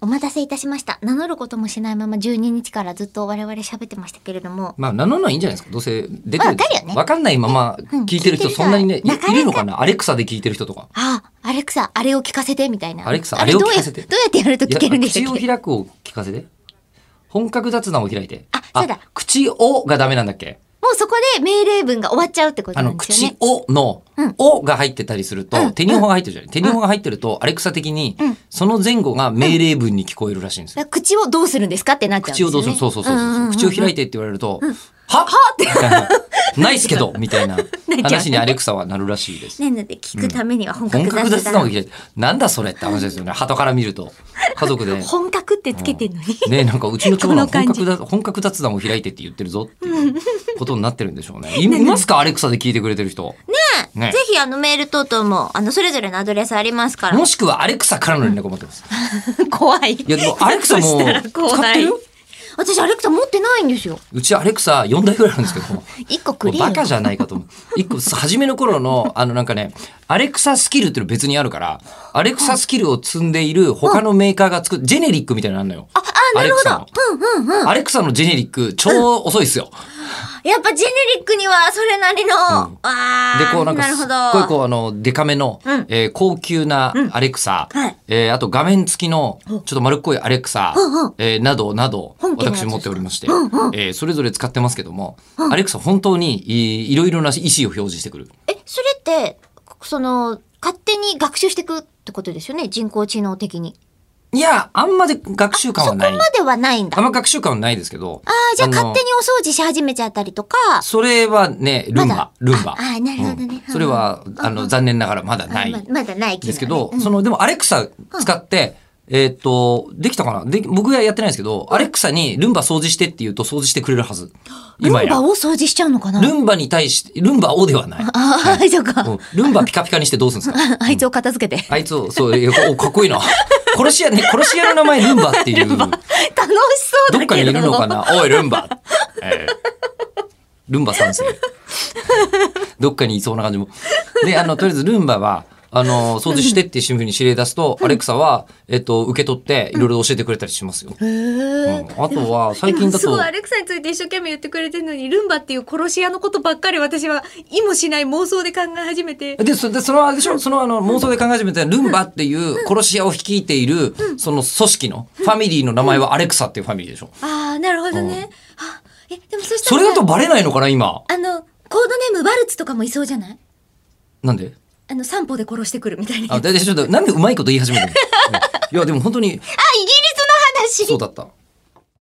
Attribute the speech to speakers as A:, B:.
A: お待たせいたしました。名乗ることもしないまま12日からずっと我々喋ってましたけれども、
B: まあ、名乗るのはいいんじゃないですか。どうせ出て
A: わ
B: る
A: かるよね
B: わかんないまま
A: うん
B: 聞いてる人、
A: 聞いてる人
B: そんなにね、い
A: なかなか
B: いるのかなアレクサで聞いてる人とか。
A: あ、アレクサ、あれを聞かせて、みたいな。
B: アレクサ
A: れ
B: あれを
A: どうや
B: 聞かせて
A: どうやってやると聞けるんでし
B: いや
A: たっ
B: 口を
A: け
B: 開くを聞かせて。本格雑談を開いて。
A: あそうだ
B: 口をがダメなんだっけ
A: もうそこで命令文が終わっちゃうってこと
B: あ
A: な
B: の、
A: んですよ
B: 口
A: ね。
B: をの
A: うん、
B: おが入ってたりする
A: う
B: と、
A: ん
B: 手に法が入ってるじゃない。手に法が入ってると、アレクサ的に
A: うん、
B: その前後が命令文に聞こえるらしいんですよ。
A: だから口をどうするんですかってなっちゃうんです
B: 口
A: よ、
B: を
A: ね。
B: どうするそうそうそうそう、口を開い
A: て。
B: てって言われると、ははって。ないっすけど、みたいな話にアレクサはなるらしいです。
A: ねなので聞くためには本
B: 本
A: 格
B: 格
A: 雑
B: 雑談を
A: 談。
B: 開いて、なんだそれって話で すよね。鳩から見ると。家族で。
A: 本格ってつけてんの に。
B: ねなんかうちの 長
A: こ
B: 男
A: の
B: 本
A: 感じ
B: 格だ本格雑談を開いてって言ってるぞっていうことになってるんでしょうね。いいますかアレクサで聞いてくれてる人。ね
A: ぜひあのメール等々も、あの、それぞれのアドレスありますから。
B: もしくはアレクサからの連絡を持ってます。
A: 怖い。
B: いやでもアレクサも
A: そしたら怖い
B: 使ってる
A: 私アレクサ持ってないんですよ。
B: うちアレクサ4台ぐらいあるんですけど。
A: 一個クリーン。
B: バカじゃないか と思う。一個、初めの頃の、あのなんかね、アレクサスキルっていうの別にあるから、アレクサスキルを積んでいる他のメーカーが作る、ジェネリックみたいなのあるのよ。
A: あ、あ、なるほ
B: アレ
A: ど
B: ク。アレクサのジェネリック、超遅いっすよ。
A: やっぱジェネリックにはそれなりの、ああ
B: で、こうなんか、
A: な
B: す
A: る
B: っ
A: ほ
B: ごい
A: ど。
B: こう、あの、デカめの、
A: うん
B: えー高級なアレクサ、
A: はい
B: えーあと画面付きの、ちょっと丸っこいアレクサ、
A: うんうん
B: えーなどなど、
A: 本家のやつ
B: 私持っておりまして、えーそれぞれ使ってますけども、アレクサ本当にいいろいろな意思を表示してくる。
A: え、それって、その、勝手に学習していくってことですよね。人工知能的に。
B: いや、あんまで学習感
A: そ
B: は
A: こ
B: ない。
A: まではないんだ。
B: あん
A: あ
B: ま学習感はないですけど、あ
A: ーじゃあ
B: の
A: 勝手にお掃除し始めちゃったりとか、
B: それはね、ルン
A: ま
B: バ
A: だ、
B: ルンバ。
A: ああなるほどね
B: うん
A: うん
B: それは、あの、残念ながらまだない。
A: あままだない機能ね
B: ですけど、
A: うん
B: その、でもアレクサ使って、えーっと、できたかなで僕がやってないんですけど、アレクサにルンバ掃除してって言うと掃除してくれるはず。
A: ルン
B: 今や
A: バ。を掃除しちゃうのかな
B: ルンバに対して、ルンバをではない。
A: ああ、そうか
B: う。んルンバピカピカにしてどうするんですか
A: あいつを片付けて。
B: あいつを、そう、えおかっこいいな。殺し屋、ね、殺し屋の名前ルンバってい
A: 楽し
B: う。
A: そう
B: どっ
A: だ
B: かに
A: け
B: い
A: ど。
B: るのかなおい、ルンバ。 ええルンバ三世。どっかにいそうな感じも。で、あの、とりあえずルンバは、あの、掃除してっていう風に指令出すと、アレクサは、えっと、受け取って、いろいろ教えてくれたりしますよ。
A: へー
B: うんあとは、最近だ
C: す
B: と
C: ごい、アレクサについて一生懸命言ってくれてるのにルンバっていう殺し屋のことばっかり私は意もしない妄想で考え始めて
B: で、そでそのあれでしょそのあの妄想で考え始めたルンバっていう殺し屋を率いている、その組織の、ファミリーの名前はアレクサっていうファミリーでしょ
C: ああなるほど
B: うん
C: ね、あえでもそした
B: そ
C: ら
B: れだとバレないのかな、今。
C: あのコードネームバルツとかもいそうじゃない
B: なんで
C: あの散歩で殺してくるみたいな
B: あ、だいたいちょっと、なんでうまいこと言い始めてるのうんいや、でも本当に、
A: あ、イギリスの話。
B: そうだった。